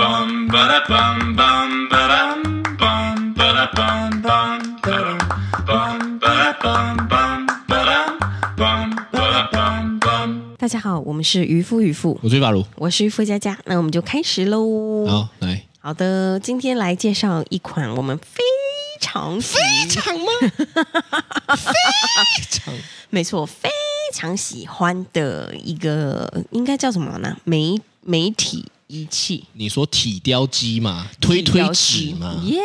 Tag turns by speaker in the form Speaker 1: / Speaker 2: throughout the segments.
Speaker 1: bum ba da bum bum ba dum bum ba da bum bum ba dum bum ba da bum bum ba dum bum ba da bum bum.
Speaker 2: 大家好，我们是渔夫渔妇，
Speaker 3: 我追法鲁，
Speaker 2: 我是渔夫佳佳，那我们就开始喽。
Speaker 3: 好来，
Speaker 2: 好的，今天来介绍一款我们非常非常吗？ 非
Speaker 3: 常
Speaker 2: 没错，非常喜欢的一个应该叫什么呢？媒媒体仪器，
Speaker 3: 你说体雕机嘛，推推纸嘛，
Speaker 2: 耶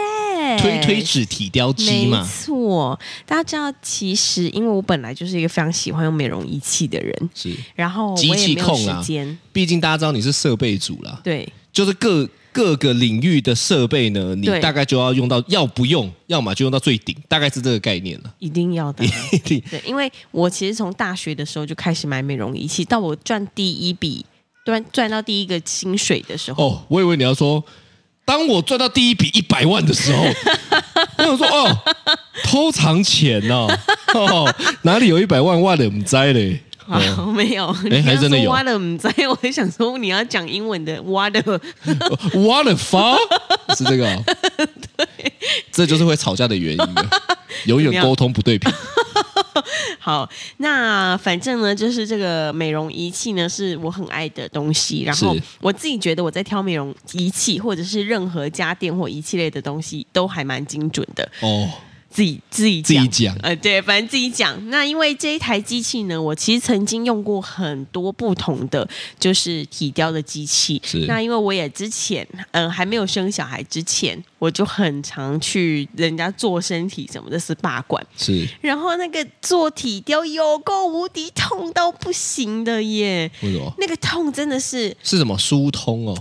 Speaker 3: 推推纸体雕机
Speaker 2: 没
Speaker 3: 嘛，
Speaker 2: 错，大家知道，其实因为我本来就是一个非常喜欢用美容仪器的人，
Speaker 3: 是，
Speaker 2: 然后我
Speaker 3: 机
Speaker 2: 也
Speaker 3: 器
Speaker 2: 没有
Speaker 3: 控
Speaker 2: 时
Speaker 3: 啊
Speaker 2: 间，
Speaker 3: 毕竟大家知道你是设备组啦，
Speaker 2: 对
Speaker 3: 就是各各个领域的设备呢，你
Speaker 2: 对
Speaker 3: 大概就要用到，要不用，要么就用到最顶，大概是这个概念了。
Speaker 2: 一定要的。对，因为我其实从大学的时候就开始买美容仪器，到我赚第一笔赚赚到第一个薪水的时候，
Speaker 3: 哦，我以为你要说，当我赚到第一笔一百万的 时候，我想说哦，偷藏钱哦，哦哪里有一百万万的，唔知嘞。哦
Speaker 2: 啊， 没有，你
Speaker 3: 哎还
Speaker 2: 刚
Speaker 3: 真的
Speaker 2: 说
Speaker 3: 有
Speaker 2: 挖的唔在，我还想说你要讲英文的 挖的，
Speaker 3: What the fuck？是这个、哦，这就是会吵架的原因 了，永远沟通不对频。
Speaker 2: 好，那反正呢，就是这个美容仪器呢，是我很爱的东西。然后
Speaker 3: 是
Speaker 2: 我自己觉得我在挑美容仪器，或者是任何家电或仪器类的东西，都还蛮精准的。
Speaker 3: 哦，
Speaker 2: 自己自己
Speaker 3: 自己讲
Speaker 2: 呃，对，反正自己讲。那因为这一台机器呢，我其实曾经用过很多不同的，就是体雕的机器。
Speaker 3: 是
Speaker 2: 那因为我也之前，嗯、还没有生小孩之前，我就很常去人家做身体什么的 SPA 馆。
Speaker 3: 是
Speaker 2: 然后那个做体雕有够无敌痛到不行的耶，
Speaker 3: 为什么？
Speaker 2: 那个痛真的是，
Speaker 3: 是什么疏通哦？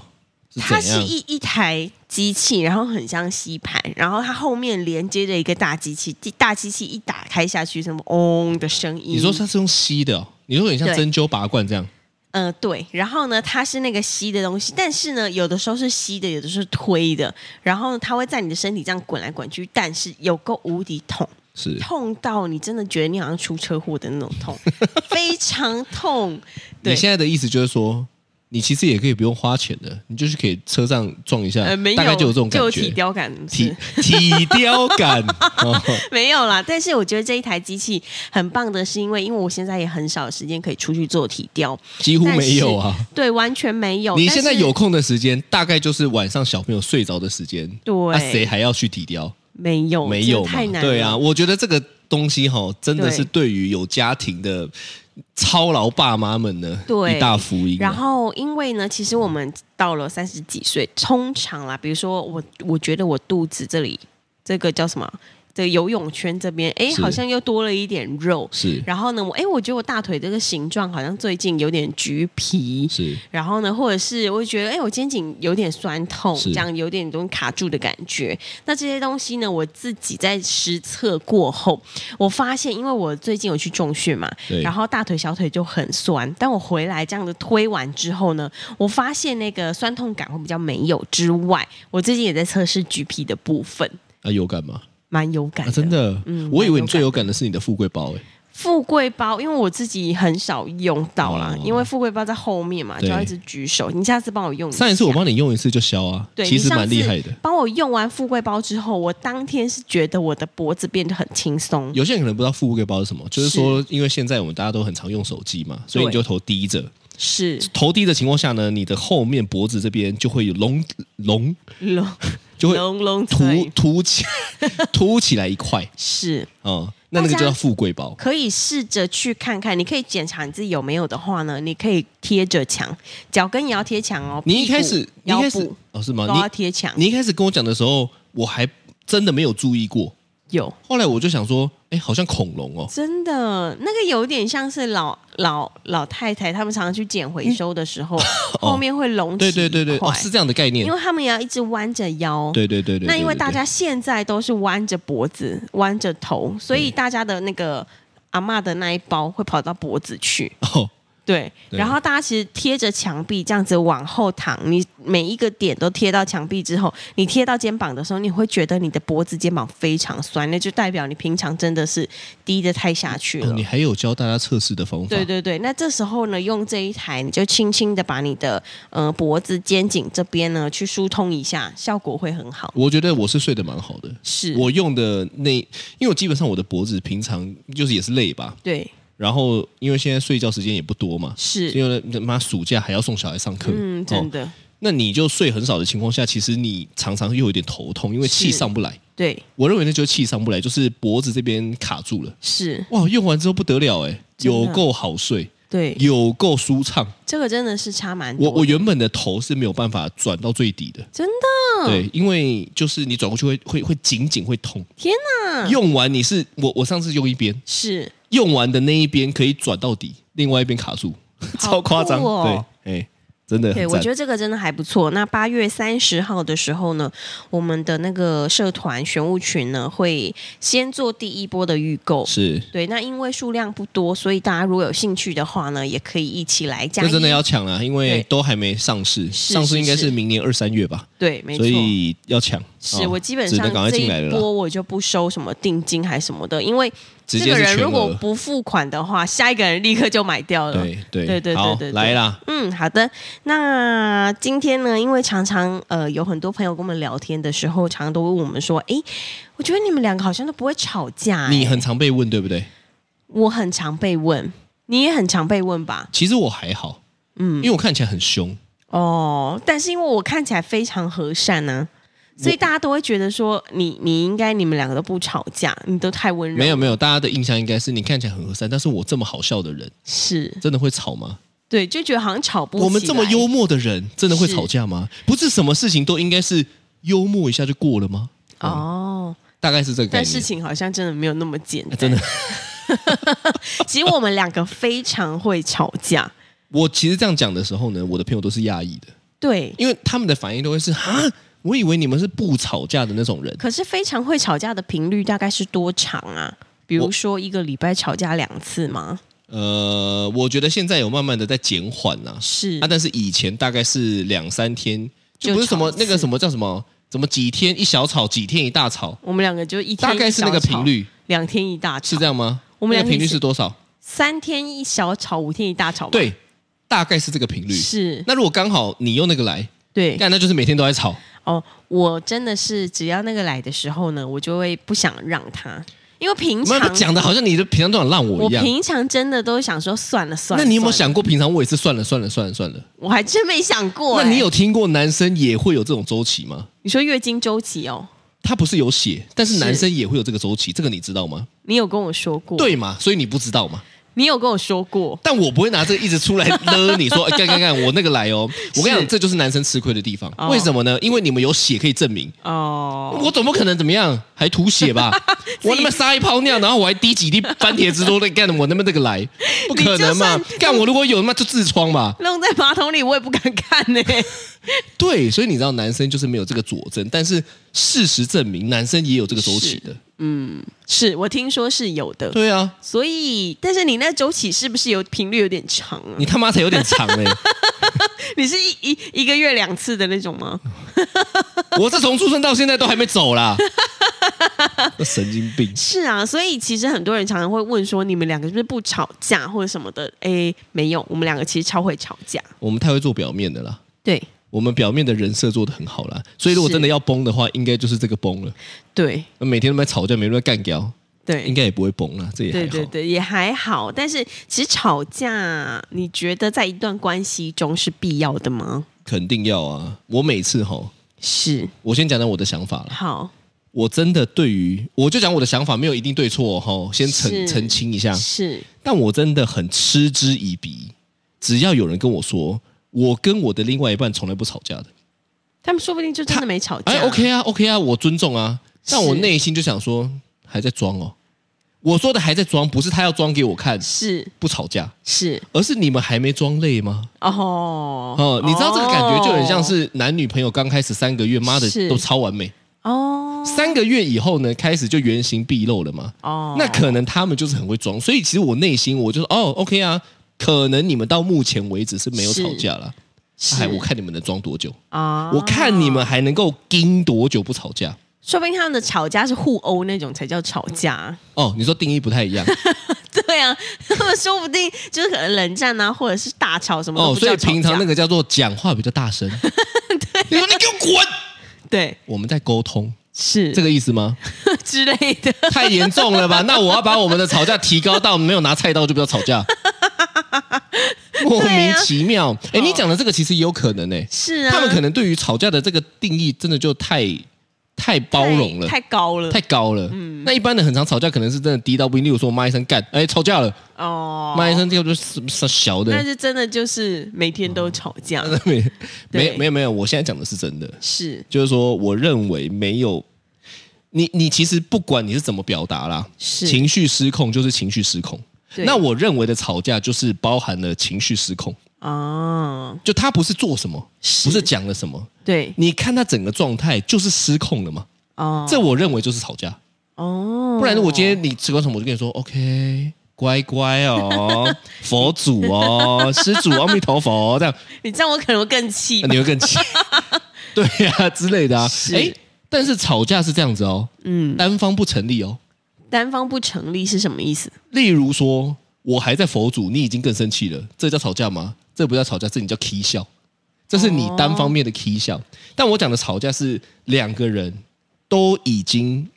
Speaker 3: 是
Speaker 2: 它
Speaker 3: 怎
Speaker 2: 是
Speaker 3: 样？
Speaker 2: 一一台机器，然后很像吸盘，然后它后面连接着一个大机器，大机器一打开下去，什么嗡的声音。
Speaker 3: 你说它是用吸的、哦？你说有点像
Speaker 2: 对
Speaker 3: 针灸拔罐这样？
Speaker 2: 呃，对，然后呢，它是那个吸的东西，但是呢，有的时候是吸的，有的时候是推的，然后它会在你的身体这样滚来滚去，但是有够无敌痛，
Speaker 3: 是
Speaker 2: 痛到你真的觉得你好像出车祸的那种 痛，非常痛。对
Speaker 3: 你现在的意思就是说，你其实也可以不用花钱的，你就是可以车上撞一下，
Speaker 2: 呃，没有，
Speaker 3: 大概就有这种感
Speaker 2: 就有体
Speaker 3: 觉。
Speaker 2: 雕感
Speaker 3: 体
Speaker 2: 是
Speaker 3: 体雕感， 哦、
Speaker 2: 没有啦。但是我觉得这一台机器很棒的是，因为因为我现在也很少时间可以出去做体雕，
Speaker 3: 几乎没有啊。
Speaker 2: 对，完全没有。哦
Speaker 3: 你
Speaker 2: 但
Speaker 3: 现在
Speaker 2: 是
Speaker 3: 有空的时间，大概就是晚上小朋友睡着的时间。
Speaker 2: 对
Speaker 3: 那、啊谁还要去体雕？
Speaker 2: 没有？
Speaker 3: 没有
Speaker 2: 真的
Speaker 3: 嘛？
Speaker 2: 太难了。
Speaker 3: 对啊，我觉得这个东西哈，真的
Speaker 2: 对
Speaker 3: 是对于有家庭的操劳爸妈们呢，
Speaker 2: 对
Speaker 3: 一大福音啊、
Speaker 2: 然后，因为呢，其实我们到了三十几岁，通常啦，比如说我，我觉得我肚子这里这个叫什么？这个游泳圈这边，哎，
Speaker 3: 是
Speaker 2: 好像又多了一点肉。
Speaker 3: 是
Speaker 2: 然后呢，我哎，我觉得我大腿这个形状好像最近有点橘皮，
Speaker 3: 是
Speaker 2: 然后呢，或者是我会觉得，哎，我肩颈有点酸痛，
Speaker 3: 是
Speaker 2: 这样有点东西卡住的感觉。那这些东西呢，我自己在实测过后，我发现，因为我最近有去重训嘛，
Speaker 3: 对
Speaker 2: 然后大腿、小腿就很酸。但我回来这样子推完之后呢，我发现那个酸痛感会比较没有之外，我最近也在测试橘皮的部分，
Speaker 3: 啊，有感吗？
Speaker 2: 蛮有感
Speaker 3: 啊，
Speaker 2: 的。
Speaker 3: 真的，
Speaker 2: 嗯
Speaker 3: 我以
Speaker 2: 蛮有
Speaker 3: 为你
Speaker 2: 感
Speaker 3: 最有感的是你的富贵包、欸，
Speaker 2: 富贵包，因为我自己很少用到啦，
Speaker 3: 哦
Speaker 2: 因为富贵包在后面嘛，就
Speaker 3: 对
Speaker 2: 要一直举手。你下次帮我用下
Speaker 3: 上一次我帮你用一次就消啊，
Speaker 2: 对，
Speaker 3: 其
Speaker 2: 你
Speaker 3: 实
Speaker 2: 上
Speaker 3: 蛮厉
Speaker 2: 次
Speaker 3: 害的。
Speaker 2: 帮我用完富贵包之后，我当天是觉得我的脖子变得很轻松。
Speaker 3: 有些人可能不知道富贵包是什么，就是
Speaker 2: 是
Speaker 3: 说，因为现在我们大家都很常用手机嘛，所以
Speaker 2: 对
Speaker 3: 你就头低着，
Speaker 2: 是
Speaker 3: 头低的情况下呢，你的后面脖子这边就会有隆隆，
Speaker 2: 隆
Speaker 3: 就会
Speaker 2: 隆隆
Speaker 3: 凸
Speaker 2: 腿
Speaker 3: 凸起 凸起来一块，
Speaker 2: 是
Speaker 3: 嗯，那那
Speaker 2: 大
Speaker 3: 个就
Speaker 2: 家
Speaker 3: 叫富贵包。
Speaker 2: 可以试着去看看，你可以检查你自己有没有的话呢，你可以贴着墙，脚跟也要贴墙哦。
Speaker 3: 你一开
Speaker 2: 屁
Speaker 3: 始
Speaker 2: 股，
Speaker 3: 你一
Speaker 2: 腰
Speaker 3: 开始
Speaker 2: 部
Speaker 3: 哦是
Speaker 2: 都要
Speaker 3: 吗？
Speaker 2: 贴墙
Speaker 3: 你。你一开始跟我讲的时候，我还真的没有注意过。
Speaker 2: 有
Speaker 3: 后来我就想说，哎，好像恐龙哦，
Speaker 2: 真的那个有点像是老老老太太，他们常常去捡回收的时候，后面会隆起
Speaker 3: 嗯哦对对对对，
Speaker 2: 一块
Speaker 3: 哦是这样的概念
Speaker 2: 因，为他们也要一直弯着腰。
Speaker 3: 对对对对。
Speaker 2: 那
Speaker 3: 对
Speaker 2: 因为
Speaker 3: 对
Speaker 2: 大
Speaker 3: 对
Speaker 2: 家现在都是弯着脖子、弯着头，所以大家的那个阿嬷的那一包会跑到脖子去。
Speaker 3: 哦，
Speaker 2: 对，
Speaker 3: 对
Speaker 2: 然后大家其实贴着墙壁这样子往后躺，你每一个点都贴到墙壁之后，你贴到肩膀的时候，你会觉得你的脖子、肩膀非常酸，那就代表你平常真的是低的太下去了。
Speaker 3: 哦，你还有教大家测试的方法，
Speaker 2: 对对对，那这时候呢，用这一台你就轻轻的把你的呃脖子、肩颈这边呢去疏通一下，效果会很好。
Speaker 3: 我觉得我是睡得蛮好的。
Speaker 2: 是，
Speaker 3: 我用的那，因为我基本上我的脖子平常就是也是累吧，
Speaker 2: 对，
Speaker 3: 然后因为现在睡觉时间也不多嘛，
Speaker 2: 是，
Speaker 3: 因为他妈暑假还要送小孩上课，
Speaker 2: 嗯，真
Speaker 3: 哦，
Speaker 2: 的，
Speaker 3: 那你就睡很少的情况下，其实你常常又有点头痛，因为气
Speaker 2: 是
Speaker 3: 上不来。
Speaker 2: 对，
Speaker 3: 我认为那就是气上不来，就是脖子这边卡住了。
Speaker 2: 是，
Speaker 3: 哇，用完之后不得了哎，
Speaker 2: 真的
Speaker 3: 有够好睡，
Speaker 2: 对，
Speaker 3: 有够舒畅。
Speaker 2: 这个真的是差蛮多
Speaker 3: 我
Speaker 2: 的。
Speaker 3: 我原本的头是没有办法转到最底的，
Speaker 2: 真的，
Speaker 3: 对，因为就是你转过去会会会紧紧会痛。
Speaker 2: 天哪，
Speaker 3: 用完你是我我上次用一边，
Speaker 2: 是
Speaker 3: 用完的那一边可以转到底，另外一边卡住，超夸张。
Speaker 2: 好酷哦
Speaker 3: 对，哎，真的
Speaker 2: 对，
Speaker 3: 很
Speaker 2: 我
Speaker 3: 赞
Speaker 2: 觉。得这个真的还不错。那八月三十号的时候呢，我们的那个社团玄武群呢会先做第一波的预购。
Speaker 3: 是，
Speaker 2: 对，那因为数量不多，所以大家如果有兴趣的话呢，也可以一起来加。
Speaker 3: 这真的要抢啊，因为
Speaker 2: 对
Speaker 3: 都还没上市，
Speaker 2: 是
Speaker 3: 上市应该
Speaker 2: 是
Speaker 3: 是明年二三月吧，
Speaker 2: 对，没错
Speaker 3: 所。以要抢。
Speaker 2: 是
Speaker 3: 哦
Speaker 2: 我基本
Speaker 3: 只
Speaker 2: 上
Speaker 3: 能赶快
Speaker 2: 这
Speaker 3: 进来
Speaker 2: 一
Speaker 3: 了
Speaker 2: 波
Speaker 3: 啦，
Speaker 2: 我就不收什么定金还什么的，因为
Speaker 3: 直
Speaker 2: 这
Speaker 3: 接
Speaker 2: 个
Speaker 3: 是
Speaker 2: 人
Speaker 3: 全
Speaker 2: 如果
Speaker 3: 额
Speaker 2: 不付款的话，下一个人立刻就买掉了。
Speaker 3: 对对
Speaker 2: 对对对
Speaker 3: 好
Speaker 2: 对对
Speaker 3: 来啦，
Speaker 2: 嗯，好的。那今天呢，因为常常呃有很多朋友跟我们聊天的时候，常常都问我们说：“诶，我觉得你们两个好像都不会吵架、
Speaker 3: 你
Speaker 2: 诶
Speaker 3: 很常被问对不对？
Speaker 2: 我很常被问，你也很常被问吧？
Speaker 3: 其实我还好，嗯，因为我看起来很凶，
Speaker 2: 哦，但是因为我看起来非常和善呢、所以大家都会觉得说你你应该你们两个都不吵架，你都太温柔。
Speaker 3: 没有没有，大家的印象应该是你看起来很和善，但是我这么好笑的人，
Speaker 2: 是
Speaker 3: 真的会吵吗？
Speaker 2: 对，就觉得好像吵不起来。
Speaker 3: 我们这么幽默的人，真的会
Speaker 2: 是
Speaker 3: 吵架吗？不是什么事情都应该是幽默一下就过了吗？
Speaker 2: 哦，
Speaker 3: 大概是这个概
Speaker 2: 但事
Speaker 3: 念。
Speaker 2: 情好像真的没有那么简单。
Speaker 3: 嗯哎真的，
Speaker 2: 其实我们两个非常会吵架。
Speaker 3: 我其实这样讲的时候呢，我的朋友都是讶异的，
Speaker 2: 对，
Speaker 3: 因为他们的反应都会是啊，我以为你们是不吵架的那种人。
Speaker 2: 可是非常会吵架的频率大概是多长啊？比如说一个礼拜吵架两次吗？
Speaker 3: 呃，我觉得现在有慢慢的在减缓啦、
Speaker 2: 是
Speaker 3: 啊，但是以前大概是两三天，就
Speaker 2: 就
Speaker 3: 不是什么
Speaker 2: 吵一次
Speaker 3: 那个什么叫什么，怎么几天一小吵，几天一大吵，
Speaker 2: 我们两个就一天
Speaker 3: 大概是那个频
Speaker 2: 一小吵，
Speaker 3: 率
Speaker 2: 两天一大吵，
Speaker 3: 是这样吗？
Speaker 2: 我们
Speaker 3: 那个
Speaker 2: 两天
Speaker 3: 频率
Speaker 2: 是
Speaker 3: 是多少？
Speaker 2: 三天一小吵，五天一大吵吧。
Speaker 3: 对，大概是这个频率。
Speaker 2: 是，哎
Speaker 3: 那如果刚好你用那个来，
Speaker 2: 对
Speaker 3: 那那就是每天都在吵。
Speaker 2: 哦，我真的是只要那个来的时候呢，我就会不想让他，因为平
Speaker 3: 妈
Speaker 2: 常
Speaker 3: 讲的好像你的平常都想让我
Speaker 2: 我
Speaker 3: 一样。
Speaker 2: 平常真的都想说算了算了。
Speaker 3: 那你有没有
Speaker 2: 算了？
Speaker 3: 想过，平常我也是算了算了算了算了？
Speaker 2: 我还真没想过、
Speaker 3: 那你
Speaker 2: 哎
Speaker 3: 有听过男生也会有这种周期吗？
Speaker 2: 你说月经周期哦，
Speaker 3: 他不是有写，但是
Speaker 2: 是
Speaker 3: 男生也会有这个周期，这个你知道吗？
Speaker 2: 你有跟我说过，，
Speaker 3: 对嘛？所以你不知道嘛？
Speaker 2: 你有跟我说过，
Speaker 3: 但我不会拿这个一直出来勒你说，哎干干干，我那个来哦。我跟你
Speaker 2: 是
Speaker 3: 讲，这就是男生吃亏的地方。
Speaker 2: 哦
Speaker 3: 为什么呢？因为你们有血可以证明。
Speaker 2: 哦，
Speaker 3: 我怎么可能怎么样？还吐 血吧？我他妈撒一泡尿，然后我还滴几滴番茄汁多的，干我他妈那个来，不可能嘛
Speaker 2: 你就算！
Speaker 3: 干我如果有他妈就痔疮嘛。
Speaker 2: 弄在马桶里，我也不敢看呢、
Speaker 3: 对，所以你知道男生就是没有这个佐证，但是事实证明男生也有这个周期的。
Speaker 2: 是我听说是有的，
Speaker 3: 对啊，
Speaker 2: 所以但是你那周期是不是有频率有点长啊？
Speaker 3: 你他妈才有点长欸嘞、
Speaker 2: 你是一一一个月两次的那种吗？
Speaker 3: 我是从出生到现在都还没走啦， 那神经病。
Speaker 2: 是啊，所以其实很多人常常会问说，你们两个是不是不吵架或者什么的？哎，没有，我们两个其实超会吵架。
Speaker 3: 我们太会做表面的啦。
Speaker 2: 对
Speaker 3: 我们表面的人设做得很好啦，所以如果
Speaker 2: 是
Speaker 3: 真的要崩的话，应该就是这个崩了。
Speaker 2: 对
Speaker 3: 每天都在吵架，每天都在干掉，应
Speaker 2: 对
Speaker 3: 该也不会崩啦，这也还
Speaker 2: 对
Speaker 3: 好。
Speaker 2: 对对，也还好。但是其实吵架，你觉得在一段关系中是必要的吗？
Speaker 3: 肯定要啊！我每次吼，
Speaker 2: 是，
Speaker 3: 我先讲讲我的想法啦。
Speaker 2: 好
Speaker 3: 我真的对于，我就讲我的想法，没有一定对错哦吼，先
Speaker 2: 是
Speaker 3: 澄澄清一下。
Speaker 2: 是
Speaker 3: 但我真的很嗤之以鼻，只要有人跟我说，我跟我的另外一半从来不吵架的，
Speaker 2: 他们说不定就真的
Speaker 3: 他
Speaker 2: 没吵架。
Speaker 3: 哎，OK 啊，OK 啊，我尊重啊，但我
Speaker 2: 是
Speaker 3: 内心就想说，还在装哦。我说的还在装，不是他要装给我看，
Speaker 2: 是
Speaker 3: 不吵架，
Speaker 2: 是
Speaker 3: 而是你们还没装累吗？
Speaker 2: 哦
Speaker 3: 哦，你知道这个感觉就很像是男女朋友刚开始三个月，妈的
Speaker 2: 是
Speaker 3: 都超完美，
Speaker 2: 哦
Speaker 3: 三个月以后呢，开始就原形毕露了嘛。
Speaker 2: 哦
Speaker 3: 那可能他们就是很会装，所以其实我内心我就是哦，OK 啊，可能你们到目前为止是没有吵架了，
Speaker 2: 是
Speaker 3: 哎，我看你们能装多久，
Speaker 2: 啊，
Speaker 3: 我看你们还能够盯多久不吵架。
Speaker 2: 说不定他们的吵架是互殴那种才叫吵架。
Speaker 3: 哦，你说定义不太一样
Speaker 2: 对啊， 他们说不定就是可能冷战啊，或者是大吵什么都
Speaker 3: 哦，
Speaker 2: 不叫
Speaker 3: 所以
Speaker 2: 吵架
Speaker 3: 平常那个叫做讲话比较 大声。 你说你给我滚！
Speaker 2: 对
Speaker 3: 我们在沟通，
Speaker 2: 是
Speaker 3: 这
Speaker 2: 个
Speaker 3: 个意 思吗？
Speaker 2: 之类的，
Speaker 3: 太严重了吧？那我要把我们的吵架提高到没有拿菜刀就不要 吵架，莫名其妙。哎、你讲的这个其实也有可能呢、
Speaker 2: 啊
Speaker 3: 欸
Speaker 2: 是啊，
Speaker 3: 他们可能对于吵架的这个定义真的就太太包容了，
Speaker 2: 太太高了，
Speaker 3: 太高了。嗯，那一般的很常吵架可能是真的低到不行，例如说我骂一声干，哎、吵架了，
Speaker 2: 哦，
Speaker 3: 骂一声这个就是是小的
Speaker 2: 那。是真的就是每天都吵架，
Speaker 3: 没没
Speaker 2: 对
Speaker 3: 没有没有，我现在讲的是真的，
Speaker 2: 是
Speaker 3: 就是说我认为没有你你其实不管你是怎么表达啦，
Speaker 2: 是
Speaker 3: 情绪失控就是情绪失控。
Speaker 2: 对
Speaker 3: 那我认为的吵架就是包含了情绪失控，
Speaker 2: 哦，
Speaker 3: 就他不是做什么，
Speaker 2: 是
Speaker 3: 不是讲了什么，
Speaker 2: 对
Speaker 3: 你看他整个状态就是失控了嘛。
Speaker 2: 哦，
Speaker 3: 这我认为就是吵架，
Speaker 2: 哦，
Speaker 3: 不然我今天你吃完什么，我就跟 你说 OK。乖乖哦，佛祖哦，施主阿弥陀佛哦，这样
Speaker 2: 你这样我可能会更气吧
Speaker 3: 你会 更气，对呀、之类的啊。
Speaker 2: 是
Speaker 3: 哎，但是吵架是这样子哦，
Speaker 2: 嗯，
Speaker 3: 单方不成立哦。
Speaker 2: 单方不成立是什么意思？
Speaker 3: 例如说，我还在佛祖，你已经更生气了，这叫吵架吗？这不叫吵架，这你叫 k 笑，这是你单方面的 k 笑。但我讲的吵架是两个人都已经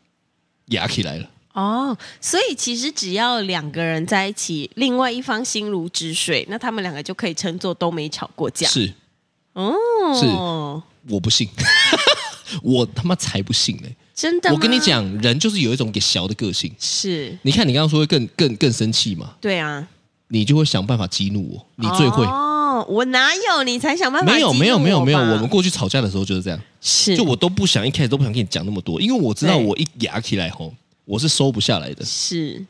Speaker 3: 压起来了，
Speaker 2: 哦，所以其实只要两个人在一起，另外一方心如止水，那他们两个就可以称作都没吵过架。
Speaker 3: 是
Speaker 2: 哦，
Speaker 3: 我不信， 我他妈才不信嘞、
Speaker 2: 真的吗？
Speaker 3: 我跟你讲，人就是有一种给小的个性。
Speaker 2: 是，
Speaker 3: 你看，你刚刚说会更更更生气嘛，
Speaker 2: 对啊，
Speaker 3: 你就会想办法激怒我，你最会。
Speaker 2: 哦，我哪有？你才想办法
Speaker 3: 没有
Speaker 2: 激怒
Speaker 3: 没有没有没有，
Speaker 2: 我吧
Speaker 3: 我们过去吵架的时候就是这样。
Speaker 2: 是
Speaker 3: 就我都不想一开始都不想跟你讲那么多，因为我知道
Speaker 2: 对
Speaker 3: 我一压起来吼，我是收不下来的，
Speaker 2: 是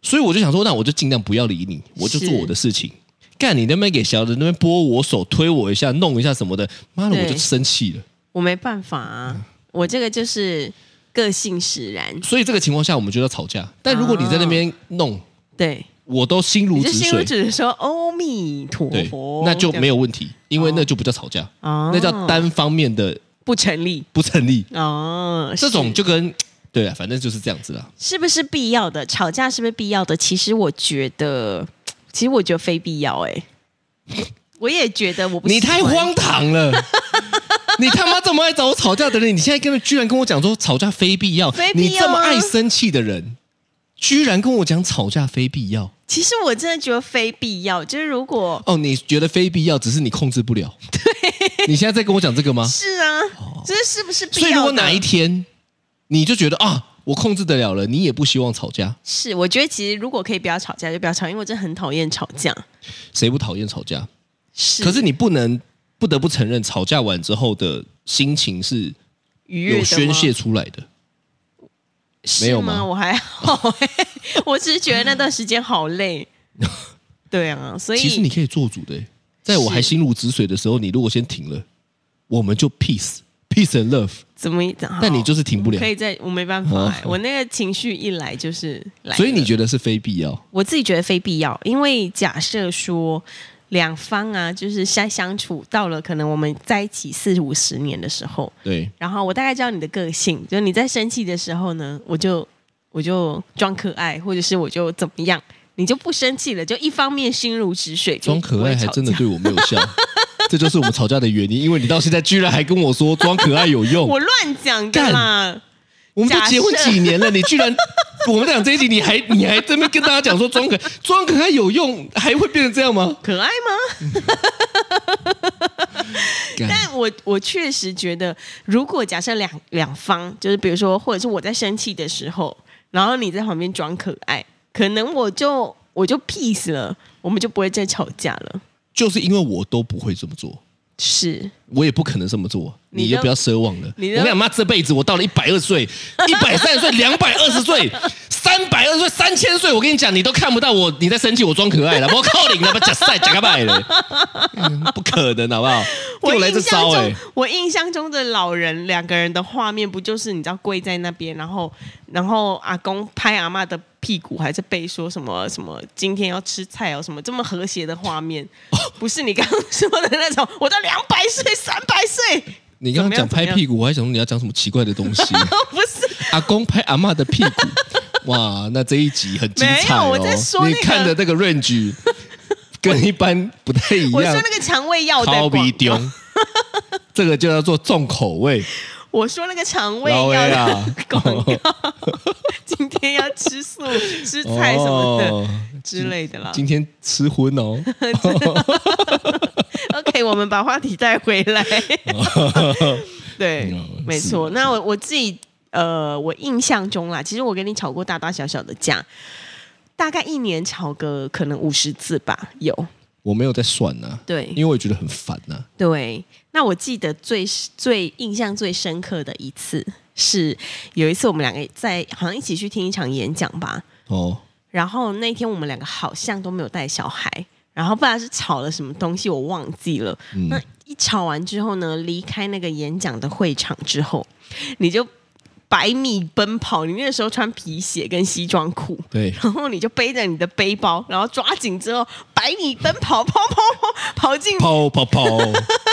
Speaker 3: 所以我就想说，那我就尽量不要理你，我就做我的事情。干你那边给小的那边拨我手推我一下弄一下什么的，妈的
Speaker 2: 对
Speaker 3: 我就生气了。
Speaker 2: 我没办法啊，我这个就是个性使然，
Speaker 3: 所以这个情况下我们就要吵架。但如果你在那边弄，
Speaker 2: 对，
Speaker 3: 我都心如
Speaker 2: 你就
Speaker 3: 止
Speaker 2: 心如
Speaker 3: 水，
Speaker 2: 止水说阿弥陀
Speaker 3: 对
Speaker 2: 佛，，
Speaker 3: 那就没
Speaker 2: 有
Speaker 3: 有问题，因为那就不叫吵架，
Speaker 2: 哦
Speaker 3: 那叫单方面的
Speaker 2: 不成立
Speaker 3: 不成立。
Speaker 2: 哦，
Speaker 3: 这种
Speaker 2: 是
Speaker 3: 就跟对啊，反正就是这样子啦。
Speaker 2: 是不是必要的？吵架是不是必要的？其实我觉得，其实我觉得非必要、欸。 我也觉得我不
Speaker 3: 你
Speaker 2: 喜欢
Speaker 3: 太荒唐了！ 你他妈这么爱找我吵架的人，你现在跟居然跟我讲说吵架非必要，
Speaker 2: 非必要啊
Speaker 3: 你这么爱生气的人，居然跟我讲吵架非必要。
Speaker 2: 其实我真的觉得非必要，就是如果
Speaker 3: 哦，你觉得非必要，只是你控制 不了。对，你现在在跟我讲这个吗？
Speaker 2: 是啊，这是不是必要
Speaker 3: 所
Speaker 2: 的？
Speaker 3: 以如果哪一天你就觉得啊，我控制得了了，你也不希望吵架，
Speaker 2: 是，我觉得其实如果可以不要吵架就不要吵，因为我真的很讨厌吵架。
Speaker 3: 谁不讨厌吵架？
Speaker 2: 是，
Speaker 3: 可是你不能不得不承认，吵架完之后的心情是
Speaker 2: 愉悦的
Speaker 3: 有
Speaker 2: 吗
Speaker 3: 宣泄出来的。
Speaker 2: 是
Speaker 3: 没有
Speaker 2: 吗？
Speaker 3: 吗
Speaker 2: 我还好、欸， 我只是觉得那段时间好 累。对啊，所以
Speaker 3: 其实你可以做主的欸，在我还心如止水的时候，你如果先停了，我们就 peace peace and love。
Speaker 2: 怎么讲？
Speaker 3: 但你就是停不了
Speaker 2: 我可以在我没办法、
Speaker 3: 哦
Speaker 2: 欸，我那个情绪一来就是来了。
Speaker 3: 所以你觉得是非必要？
Speaker 2: 我自己觉得非必要，因为假设说两方啊，就是相相处到了可能我们在一起四五十年的时候，
Speaker 3: 对，
Speaker 2: 然后我大概知道你的个性，就是你在生气的时候呢，我就我就装可爱，或者是我就怎么样，你就不生气了，就一方面心如止水，就
Speaker 3: 装可爱
Speaker 2: 不会
Speaker 3: 还
Speaker 2: 吵
Speaker 3: 真的
Speaker 2: 架
Speaker 3: 对我没有效， 这就是我们吵架的原因。因为你到现在居然还跟 我说装可爱有用，
Speaker 2: 我乱讲的啦，
Speaker 3: 我们都结婚
Speaker 2: 假设
Speaker 3: 几年了，你居然我们俩这一集你还你还这边跟大家讲说装可装可爱有用，还会变成这样吗？
Speaker 2: 可爱吗？
Speaker 3: 干
Speaker 2: 但我我确实觉得，如果假设两两方，就是比如说，或者是我在生气的时候，然后你在旁边装可爱，可能我就我就 peace 了，我们就不会再吵架了。
Speaker 3: 就是因为我都不会这么做。
Speaker 2: 是，
Speaker 3: 我也不可能这么做，
Speaker 2: 你
Speaker 3: 你就
Speaker 2: 都
Speaker 3: 不要奢望了。我
Speaker 2: 你都
Speaker 3: 跟你讲，妈，这辈子我到了一百 二岁、一百三十岁、两百二十岁、三百二十岁、三千岁，我跟你讲，你都看不到我 你在生气，我装可爱了，我靠你，他妈假赛假个拜了，嗯不可能，好不好？
Speaker 2: 我
Speaker 3: 又来这
Speaker 2: 印象
Speaker 3: 招
Speaker 2: 中，
Speaker 3: 哎、
Speaker 2: 我印象中的老人两个人的画面，不就是你知道跪在那边，然后然后阿公拍阿嬷的屁股还是背，说什么什么今天要吃菜哦，什么这么和谐的画面，
Speaker 3: 哦
Speaker 2: 不是你刚刚说的那种，我都两百岁、三百岁，
Speaker 3: 你刚刚讲
Speaker 2: 怎么
Speaker 3: 拍
Speaker 2: 样
Speaker 3: 屁股，我还想说你要讲什么奇怪的东西。
Speaker 2: 不是
Speaker 3: 阿公拍阿嬷的 屁股，哇，那这一集很精彩
Speaker 2: 没有
Speaker 3: 哦！
Speaker 2: 我在说
Speaker 3: 你
Speaker 2: 那个
Speaker 3: 看的那个 range 跟一般不太一
Speaker 2: 我说
Speaker 3: 样，
Speaker 2: 那个肠胃药的
Speaker 3: 超
Speaker 2: 广
Speaker 3: 逼丢， 这个就叫做重口味。
Speaker 2: 我说那个肠胃
Speaker 3: 老
Speaker 2: 药
Speaker 3: 魏啊
Speaker 2: 的广告， 今天要吃素、吃 菜什么的、
Speaker 3: 哦
Speaker 2: 之类的啦。
Speaker 3: 今天吃荤哦，
Speaker 2: OK，我们把话题带回 来。对
Speaker 3: 嗯，
Speaker 2: 没错。那我我自己呃，我印象中啦，其实我跟你吵过大大小小的架，大概一年吵个可能五十次吧，有。
Speaker 3: 我没有在算呐、
Speaker 2: 对
Speaker 3: 因为我觉得很烦啊呐、
Speaker 2: 对，那我记得最最印象最深刻的一次是有一次我们两个在好像一起去听一场演讲吧，
Speaker 3: 哦，
Speaker 2: 然后那天我们两个好像都没有带小孩，然后不知道是吵了什么东西，我忘记了。那一吵完之后呢，离开那个演讲的会场之后，你就百米奔跑。你那个时候穿皮鞋跟西装裤，
Speaker 3: 对，
Speaker 2: 然后你就背着你的背包，然后抓紧之后百米奔跑，跑跑跑跑进
Speaker 3: 跑跑 跑，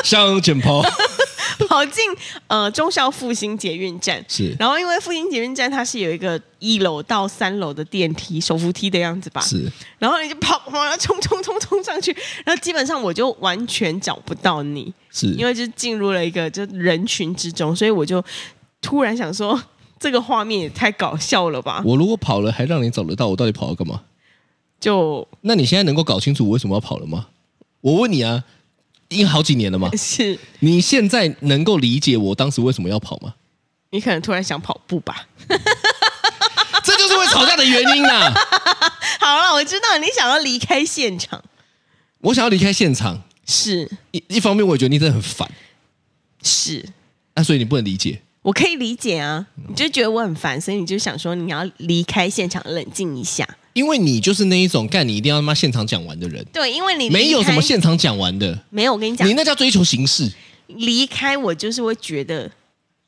Speaker 3: 向前跑，
Speaker 2: 跑进呃中校复兴捷运站，
Speaker 3: 是
Speaker 2: 然后因为复兴捷运站它是有一个一楼到三楼的电梯手扶梯的样子吧，
Speaker 3: 是
Speaker 2: 然后你就跑，跑然后冲冲冲冲上去，然后基本上我就完全找不到你，
Speaker 3: 是，
Speaker 2: 因为就进入了一个就人群之中，所以我就突然想说， 这个画面也太搞笑了吧？
Speaker 3: 我如果跑了还让你找得到，我到底跑了干嘛？
Speaker 2: 就，
Speaker 3: 那你现在能够搞清楚我为什么要跑了吗？我问你啊，已经好几年了嘛
Speaker 2: 是
Speaker 3: 你现在能够理解我当时为什么要跑吗？
Speaker 2: 你可能突然想跑步吧？
Speaker 3: 这就是会吵架的原因啊啦。
Speaker 2: 好了，我知道你想要离开现场，
Speaker 3: 我想要离开现场，
Speaker 2: 是
Speaker 3: 一一方面我也觉得你真的很烦，
Speaker 2: 是。
Speaker 3: 那、所以你不能理解。
Speaker 2: 我可以理解啊，
Speaker 3: 哦
Speaker 2: 你就觉得我很烦，所以你就想说你要离开现场冷静一下。
Speaker 3: 因为你就是那一种干你一定要他妈现场讲完的人，
Speaker 2: 对，因为你离
Speaker 3: 没有
Speaker 2: 开
Speaker 3: 什么现场讲完的，
Speaker 2: 没有，我跟你讲
Speaker 3: 你，那叫追求形式。
Speaker 2: 离开我就是会觉得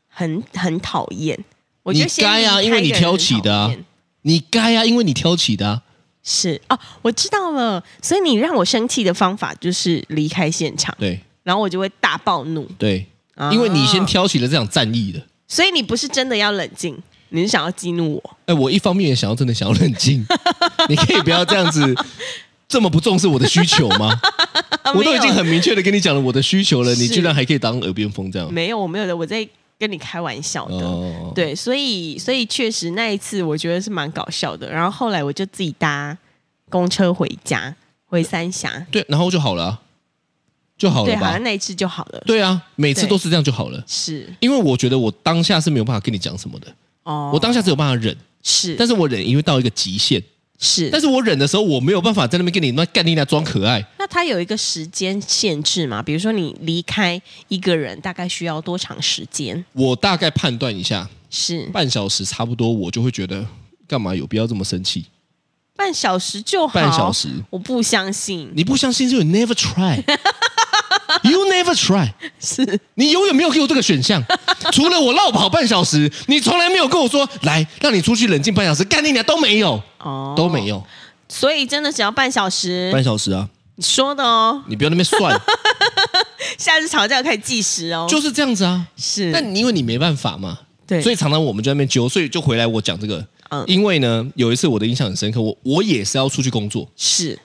Speaker 2: 很很讨厌。我觉
Speaker 3: 你
Speaker 2: 得先
Speaker 3: 该
Speaker 2: 离开
Speaker 3: 啊，因为你
Speaker 2: 一个人
Speaker 3: 挑起的
Speaker 2: 很
Speaker 3: 啊
Speaker 2: 讨厌，
Speaker 3: 你该啊，因为你挑起的啊。
Speaker 2: 是哦，我知道了。所以你让我生气的方法就是离开现场，
Speaker 3: 对
Speaker 2: 然后我就会大暴怒。
Speaker 3: 对，
Speaker 2: 啊
Speaker 3: 因为你先挑起了这场战役的。
Speaker 2: 所以你不是真的要冷静，你是想要激怒我。
Speaker 3: 哎，我一方面也想要真的想要 冷静，你可以不要这样子。这么不重视我的需求吗？ 我都已经很明确的跟你讲了我的需求了，你
Speaker 2: 是
Speaker 3: 居然还可以当耳边风这样？
Speaker 2: 没有，我没有的，我在跟你开玩笑的。
Speaker 3: 哦，
Speaker 2: 对，所以所以确实那一次我觉得是蛮搞笑的。然后后来我就自己搭公车回家，回三峡。
Speaker 3: 对，然后就好了啊、就好
Speaker 2: 对，
Speaker 3: 了
Speaker 2: 好
Speaker 3: 吧
Speaker 2: 像？那一次就好了。
Speaker 3: 对啊，每次
Speaker 2: 对
Speaker 3: 都是这样就好了。
Speaker 2: 是
Speaker 3: 因为我觉得我当下是没有办法跟你讲什么的，
Speaker 2: 哦，
Speaker 3: 我当下只有办法忍，
Speaker 2: 是，
Speaker 3: 但是我忍因为到一个极限，
Speaker 2: 是，
Speaker 3: 但是我忍的时候我没有办法在那边跟你那干你那装可爱，
Speaker 2: 那它有一个时间限制嘛？比如说你离开一个人大概需要多长时间？
Speaker 3: 我大概判断一下，
Speaker 2: 是
Speaker 3: 半小时差不多，我就会觉得干嘛有必要这么生气？
Speaker 2: 半小时就好。
Speaker 3: 半小，时，
Speaker 2: 我不相信。
Speaker 3: 你不相信就 you never try，you never try，
Speaker 2: 是
Speaker 3: 你永远没有给我这个 选项，除了我绕跑半小时，你从来没有跟我说来让你出去冷静半小时，干你俩都没有，
Speaker 2: 哦，
Speaker 3: 都没。有，
Speaker 2: 所以真的只要半小时
Speaker 3: 半，小时啊，
Speaker 2: 你说的哦。
Speaker 3: 你不要那 边算，
Speaker 2: 下次吵架开始计时哦。
Speaker 3: 就是这样子啊。
Speaker 2: 是，
Speaker 3: 但因为你没办法嘛，
Speaker 2: 对，
Speaker 3: 所以常常我们就在那边揪，所以就回来我讲这个。
Speaker 2: 嗯
Speaker 3: 因为呢，有一次我的印象很深刻，我我也是要出去工作，
Speaker 2: 是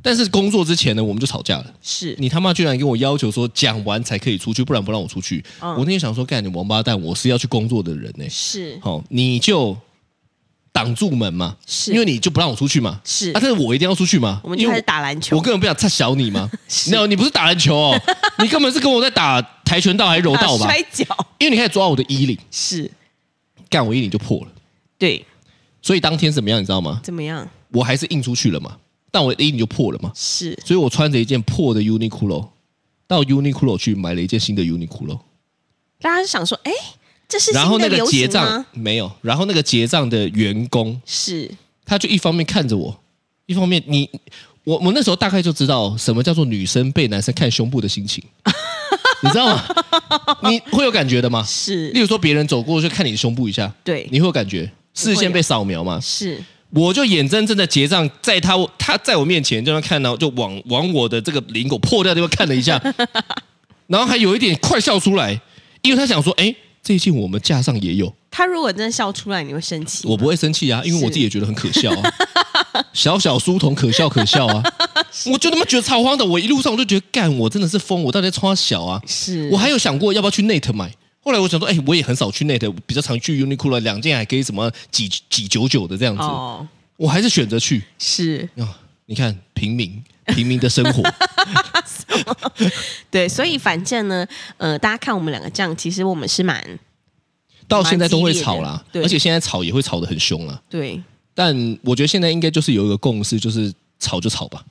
Speaker 3: 但是工作之前呢，我们就吵架了。
Speaker 2: 是
Speaker 3: 你他妈居然跟我要求说讲完才可以出去，不然不让我出去。
Speaker 2: 嗯
Speaker 3: 我那天想说，干你王八蛋，我是要去工作的人呢、
Speaker 2: 是
Speaker 3: 好、你就挡住门嘛，
Speaker 2: 是，
Speaker 3: 因为你就不让我出去嘛。
Speaker 2: 是
Speaker 3: 啊，但是我一定要出去嘛，
Speaker 2: 我们
Speaker 3: 因
Speaker 2: 就
Speaker 3: 为
Speaker 2: 开始打篮
Speaker 3: 我
Speaker 2: 球
Speaker 3: 我，根本不想插小你嘛。
Speaker 2: 是
Speaker 3: 那你不是打篮球哦，你根本是跟我在打跆拳道还是柔 道吧
Speaker 2: 啊打？摔跤
Speaker 3: 因为你开始抓我的衣领，
Speaker 2: 是
Speaker 3: 干我衣领就破了。
Speaker 2: 对，
Speaker 3: 所以当天怎么样，你知道吗？
Speaker 2: 怎么样？
Speaker 3: 我还是印出去了嘛，但我的衣领就破了嘛，
Speaker 2: 是
Speaker 3: 所以我穿着一件破的 Uniqlo 到 Uniqlo 去买了一件新的 Uniqlo，
Speaker 2: 大家就想说，哎，这是
Speaker 3: 然
Speaker 2: 新
Speaker 3: 后
Speaker 2: 的
Speaker 3: 那个
Speaker 2: 流
Speaker 3: 结
Speaker 2: 行
Speaker 3: 账
Speaker 2: 吗？
Speaker 3: 没有，然后那个结账的员工
Speaker 2: 是
Speaker 3: 他就一方面看着我，一方面你我我那时候大概就知道什么叫做女生被男生看胸部的心情， 你知道吗？你会有感觉的吗？
Speaker 2: 是
Speaker 3: 例如说别人走过去看你胸部一下，
Speaker 2: 对
Speaker 3: 你会有感觉，视线被扫描嘛？
Speaker 2: 是
Speaker 3: 我就眼睁睁的结账，在他他在我面前就能看到，就往往我的这个领口破掉的地方看了 一下，然后还有一点快笑出来，因为他想说，哎，最近我们架上也有，
Speaker 2: 他如果真的笑出来，你会生气吗。
Speaker 3: 我不会生气啊，因为
Speaker 2: 是
Speaker 3: 我自己也觉得很可笑啊， 小小书童可笑可笑啊，我就他妈觉得超荒的，我一路上我就觉得干，我真的是疯，我到底在穿小啊？
Speaker 2: 是
Speaker 3: 我还有想过要不要去 Net 买。后来我想说，哎、我也很少去 Net，比较常去 Uniqlo，两件还可以什么几几九九的这样子，
Speaker 2: 哦
Speaker 3: 我还是选择去。
Speaker 2: 是
Speaker 3: 啊、你看平民平民的生 活，
Speaker 2: 对，所以反正呢，呃，大家看我们两个这样，其实我们是蛮
Speaker 3: 到现在都会吵啦
Speaker 2: 蛮激烈，的对
Speaker 3: 而且现在吵也会吵得很凶啦。
Speaker 2: 对，
Speaker 3: 但我觉得现在应该就是有一个共识，就是吵就吵吧，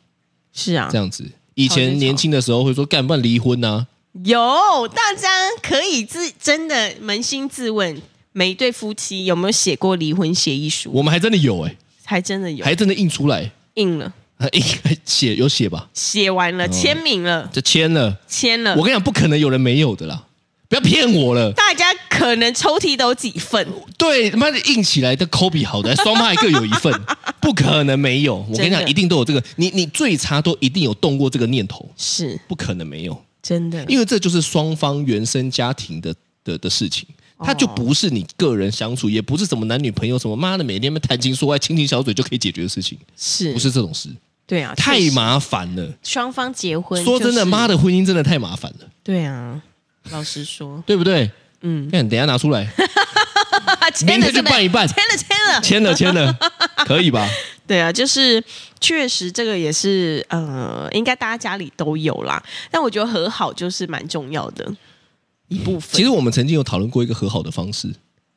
Speaker 2: 是啊
Speaker 3: 这，样子。以
Speaker 2: 吵就
Speaker 3: 前
Speaker 2: 吵
Speaker 3: 年轻的时候会说干不然离婚啊呐、
Speaker 2: 有大家可以自真的扪心自问，每一对夫妻有没有写过离婚协议书？
Speaker 3: 我们还真的有哎、
Speaker 2: 还真的有，
Speaker 3: 还真的印出来，
Speaker 2: 印了，
Speaker 3: 还印还写有写吧，
Speaker 2: 写完了，签名了，
Speaker 3: 这签了。
Speaker 2: 签了
Speaker 3: 嗯我。跟你讲，不可能有人没有的啦，不要骗我了。
Speaker 2: 大家可能抽屉都有几份，
Speaker 3: 对，他妈的硬起来的抠比好的，双派各有一 份，不可能没有。我跟你
Speaker 2: 真
Speaker 3: 讲，
Speaker 2: 的
Speaker 3: 一定都有这个，你你最差都一定有动过这个念头，
Speaker 2: 是
Speaker 3: 不可能没有。
Speaker 2: 真的，
Speaker 3: 因为这就是双方原生家庭的的的事情，
Speaker 2: 哦
Speaker 3: 它就不是你个人相处，也不是什么男女朋友什么妈的每天谈情说爱、亲亲小嘴就可以解决的事情，
Speaker 2: 是
Speaker 3: 不是这种事，
Speaker 2: 对啊，
Speaker 3: 太
Speaker 2: 确实
Speaker 3: 麻烦了。
Speaker 2: 双方结婚，
Speaker 3: 说真的，妈
Speaker 2: 的，
Speaker 3: 的，婚姻真的太麻烦了，
Speaker 2: 对啊，老实
Speaker 3: ，
Speaker 2: 说
Speaker 3: 对不对？嗯，看等一下拿 出来，
Speaker 2: 签了
Speaker 3: 明天就
Speaker 2: 真的
Speaker 3: 办一办
Speaker 2: 签了签了，
Speaker 3: 签了签了，可以 吧？
Speaker 2: 对啊，就是确实这个也是呃，应该大家家里都有啦。但我觉得和好就是蛮重要的一部分，
Speaker 3: 其实我们曾经有讨论过一个和好的方式，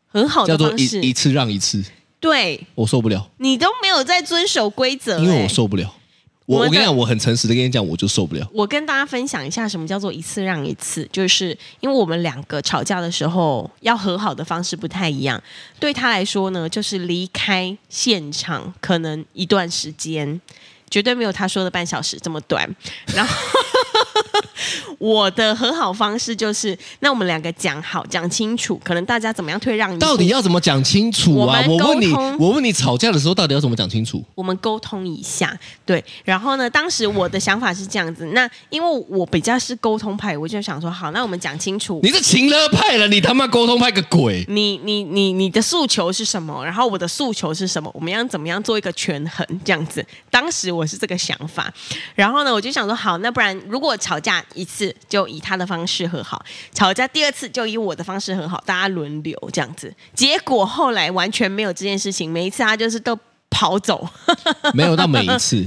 Speaker 2: 很好
Speaker 3: 叫
Speaker 2: 哦的
Speaker 3: 做
Speaker 2: 方
Speaker 3: 一
Speaker 2: 式，
Speaker 3: 一次让一次，
Speaker 2: 对
Speaker 3: 我受不了，
Speaker 2: 你都没有在遵守规则、
Speaker 3: 因为我
Speaker 2: 欸
Speaker 3: 受不了。
Speaker 2: 我
Speaker 3: 我我
Speaker 2: 们
Speaker 3: 跟你
Speaker 2: 的
Speaker 3: 讲，我很诚实的跟你讲，我就受不了。
Speaker 2: 我跟大家分享一下什么叫做一次让一次，就是因为我们两个吵架的时候要和好的方式不太一样。对他来说呢，就是离开现场可能一段时间，绝对没有他说的半小时这么短。然后 我的和好方式就是，那我们两个讲好讲清楚，可能大家怎么样退让一步，
Speaker 3: 到底要怎么讲清楚啊？
Speaker 2: 嗯我
Speaker 3: 我
Speaker 2: 们
Speaker 3: 问你
Speaker 2: 沟通，
Speaker 3: 我问你吵架的时候到底要怎么讲清楚？
Speaker 2: 我们沟通一下，对。然后呢，当时我的想法是这样子，那因为我比较是沟通派，我就想说，好，那我们讲清楚。
Speaker 3: 你是情勒派了，你他妈沟通派个 鬼！
Speaker 2: 你你你你的诉求是什么？然后我的诉求是什么？我们要怎么样做一个权衡？这样子，当时我是这个想法。然后呢，我就想说，好，那不然如果吵架一次，就以他的方式和好；吵架第二次，就以我的方式和好，大家轮流这样子。结果后来完全没有这件事情，每一次他就是都跑走，
Speaker 3: 没有到每一次，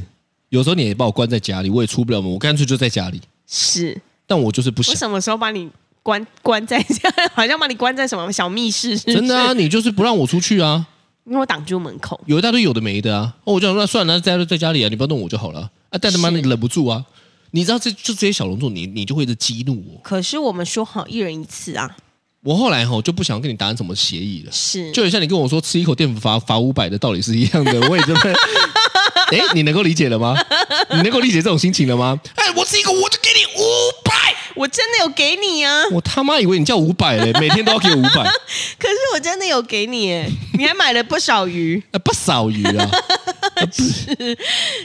Speaker 3: 有时候你也把我关在家里，我也出不了门，我干脆就在家里。
Speaker 2: 是。
Speaker 3: 但我就是不
Speaker 2: 我
Speaker 3: 想，
Speaker 2: 什么时候把你关关在家？好像把你关在什么小密室是不是
Speaker 3: 真的啊，你就是不让我出去啊，
Speaker 2: 因为我挡住门口。
Speaker 3: 有一大堆有的没的啊。哦，我就想说那算了，那在家在家里啊，你不要弄我就好了啊。但他妈
Speaker 2: 是
Speaker 3: 你忍不住啊，你知道这就这些小动作，你你就会一直激怒我。
Speaker 2: 可是我们说好一人一次啊，
Speaker 3: 我后来吼、就不想跟你达成什么协议了。
Speaker 2: 是
Speaker 3: 就很像你跟我说吃一口淀粉罚罚五百的道理是一样的， 我也真的。哎，你能够理解了 吗？你能够理解这种心情了吗？哎，我吃一口我就给你五百，
Speaker 2: 我真的有给你啊，
Speaker 3: 我他妈以为你叫五百 嘞，每天都要给我五百，
Speaker 2: 可是我真的有给你耶， 你还买了不少鱼，
Speaker 3: 那不少鱼 啊。啊不就是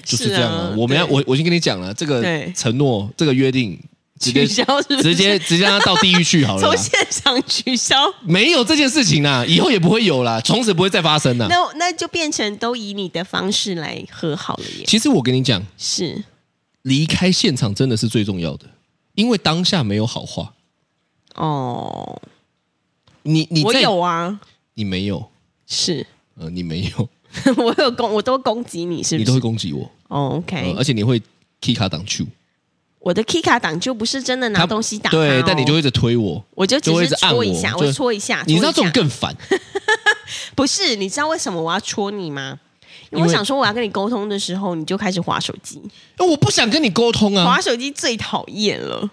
Speaker 2: 是
Speaker 3: 这样
Speaker 2: 啊
Speaker 3: 啊！我们要
Speaker 2: 对
Speaker 3: 我我已经跟你讲了，啊这个
Speaker 2: 对
Speaker 3: 承诺，这个约定，直接
Speaker 2: 取消是不是
Speaker 3: 直接直接让他到地狱去好了
Speaker 2: 从
Speaker 3: 啦。
Speaker 2: 现场取消，
Speaker 3: 没有这件事情啦，以后也不会有啦，从此不会再发生啦。啊
Speaker 2: 那那就变成都以你的方式来和好了耶，
Speaker 3: 其实我跟你讲，
Speaker 2: 是
Speaker 3: 离开现场真的是最重要的，因为当下没有好话。
Speaker 2: 哦，
Speaker 3: 你你
Speaker 2: 我
Speaker 3: 在
Speaker 2: 有啊，
Speaker 3: 你没有，
Speaker 2: 是
Speaker 3: 呃，你没有，
Speaker 2: 我有攻，我都攻击你是
Speaker 3: 你
Speaker 2: 不
Speaker 3: 都
Speaker 2: 是
Speaker 3: 会？攻击我，
Speaker 2: 哦
Speaker 3: 呃
Speaker 2: ，OK，
Speaker 3: 而且你会 K 卡挡去，
Speaker 2: 我的 K 卡档就不是真的拿东西打他
Speaker 3: 对
Speaker 2: 哦，
Speaker 3: 但你就会一直推我，
Speaker 2: 我就只
Speaker 3: 就会一
Speaker 2: 是
Speaker 3: 直按
Speaker 2: 戳一下，
Speaker 3: 我
Speaker 2: 我
Speaker 3: 就
Speaker 2: 戳一下，
Speaker 3: 你知道这
Speaker 2: 戳一
Speaker 3: 种
Speaker 2: 下
Speaker 3: 更烦，
Speaker 2: 不是？你知道为什么我要戳你吗？因
Speaker 3: 因
Speaker 2: 为我
Speaker 3: 为
Speaker 2: 想说，我要跟你沟通的时候，你就开始划手机，
Speaker 3: 呃我不想跟你沟通啊哦
Speaker 2: 划，手机最讨厌了。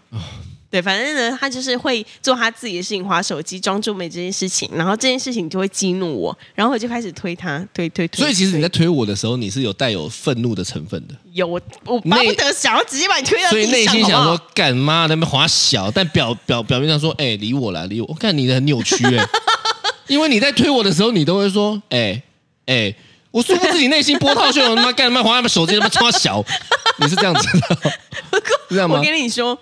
Speaker 2: 对，反正呢，他就是会做他自己的事情，划手机，装作没这件事情，然后这件事情就会激怒我，然后我就开始推他，推推推。
Speaker 3: 所以其实你在
Speaker 2: 推
Speaker 3: 推我的时候，你是有带有愤怒的成分的，
Speaker 2: 有我，我巴不得想要直接把你推到
Speaker 3: 所以内
Speaker 2: 地上，
Speaker 3: 心想
Speaker 2: 好不
Speaker 3: 说
Speaker 2: 好，
Speaker 3: 干妈在那边滑小，但表表表面上说，哎、理我啦，理我。我看你的很扭曲 哎、因为你在推我的时候，你都会说，哎、哎、我说不自己内心波涛汹涌，他妈干他妈滑他妈手机他妈抓 小，你是这样子的哦，是这样吗
Speaker 2: 我？跟你说，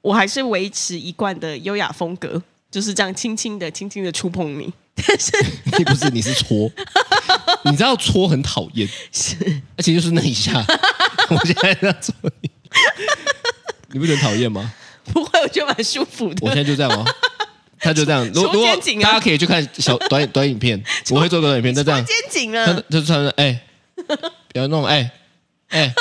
Speaker 2: 我还是维持一贯的优雅风格，就是这样轻轻的、轻轻的触碰你， 但是
Speaker 3: 你不是，你是戳，你知道戳很讨厌，
Speaker 2: 是
Speaker 3: 而且就是那 一下，我现在在戳你，你不觉得很讨厌吗？
Speaker 2: 不会，我觉得蛮舒服
Speaker 3: 我现
Speaker 2: 的。
Speaker 3: 在就这 样哦，他就这样。如
Speaker 2: 手
Speaker 3: 如果
Speaker 2: 手剪紧啊
Speaker 3: 大家可以去看小短短 影片，我会做个短影片，就这样
Speaker 2: 肩，颈
Speaker 3: 他
Speaker 2: 了，
Speaker 3: 就穿着哎，不要弄哎哎，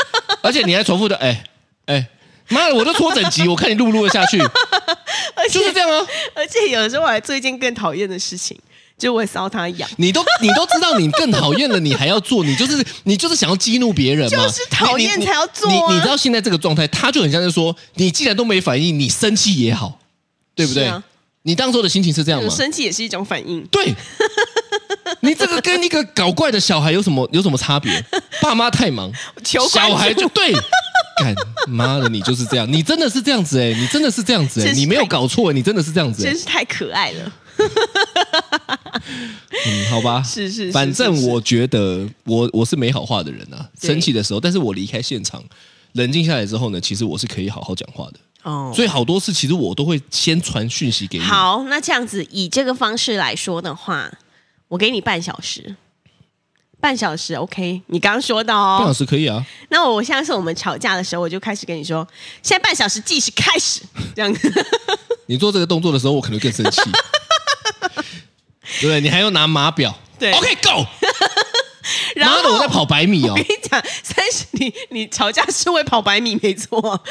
Speaker 3: 而且你还重复的哎哎，妈的，我都搓整集，我看你录不录得下去，
Speaker 2: 而且
Speaker 3: 就是这样啊。
Speaker 2: 而且有的时候我还做一件更讨厌的事情，就是我会搔他痒。
Speaker 3: 你都你都知道你更讨厌了，你还要做，你就是你就是想要激怒别人嘛，
Speaker 2: 就是讨厌
Speaker 3: 你你
Speaker 2: 才要做啊
Speaker 3: 你你知道现在这个状态，他就很像是说，你既然都没反应，你生气也好，对不对？
Speaker 2: 是啊
Speaker 3: 你当初的心情是这样
Speaker 2: 我
Speaker 3: 吗？
Speaker 2: 生气也是一种反应，
Speaker 3: 对，你这个跟一个搞怪的小孩有什么有什么差 别？爸妈太忙，
Speaker 2: 求关注
Speaker 3: 小孩就对。干妈的，你就是这样，你真的是这样子哎、你真的是这样子哎、
Speaker 2: 真是
Speaker 3: 你没有搞错、欸，你真的是这样子、欸
Speaker 2: 真，是太可爱了。
Speaker 3: 嗯，好吧，
Speaker 2: 是是是
Speaker 3: 反
Speaker 2: 是
Speaker 3: 正
Speaker 2: 是
Speaker 3: 我觉得我我是没好话的人啊，
Speaker 2: 对
Speaker 3: 生气的时候，但是我离开现场，冷静下来之后呢，其实我是可以好好讲话的，
Speaker 2: 哦，
Speaker 3: 所以好多事其实我都会先传讯息给你，
Speaker 2: 好，那这样子以这个方式来说的话，我给你半小时，半小时 OK？你刚刚说的
Speaker 3: 半小
Speaker 2: 哦。
Speaker 3: 时可以啊，
Speaker 2: 那我下次我们吵架的时候，我就开始跟你说，现在半小时计时开始， 这样
Speaker 3: 你做这个动作的时候，我可能 更生气。对，你还要拿码表。
Speaker 2: 对
Speaker 3: ，OK Go。
Speaker 2: 然
Speaker 3: 妈的，我在
Speaker 2: 后。
Speaker 3: 跑百米哦
Speaker 2: 我跟！你讲，三十你你吵架是会跑百米，没错。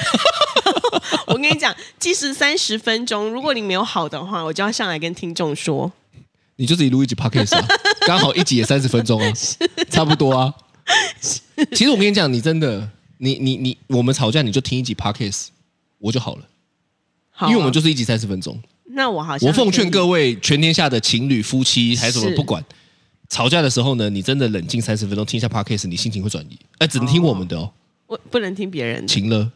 Speaker 2: 我跟你讲，计时三十分钟，如果你没有好的话，我就要上来跟听众说，
Speaker 3: 你就自己录一集 podcast 啊，刚好一集也三十分钟啊，差不多啊。 其实我跟你讲，你真的，你你你，我们吵架你就听一集 podcast，我就好了，
Speaker 2: 好啊
Speaker 3: 因为我们就是一集三十分钟。
Speaker 2: 那我好像
Speaker 3: 我奉劝
Speaker 2: 可以
Speaker 3: 各位全天下的情侣、夫妻还是什么
Speaker 2: 是
Speaker 3: 不管，吵架的时候呢，你真的冷静三十分钟，听一下 podcast，你心情会转移。哎，只能听我们的哦
Speaker 2: 我不能听别人的。
Speaker 3: 情了，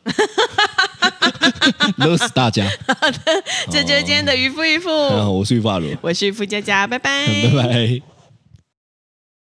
Speaker 3: 勒死大家。
Speaker 2: 这就是今天的渔夫渔夫，
Speaker 3: 嗯，我是玉发罗，
Speaker 2: 我是付佳佳，拜拜，
Speaker 3: 拜拜。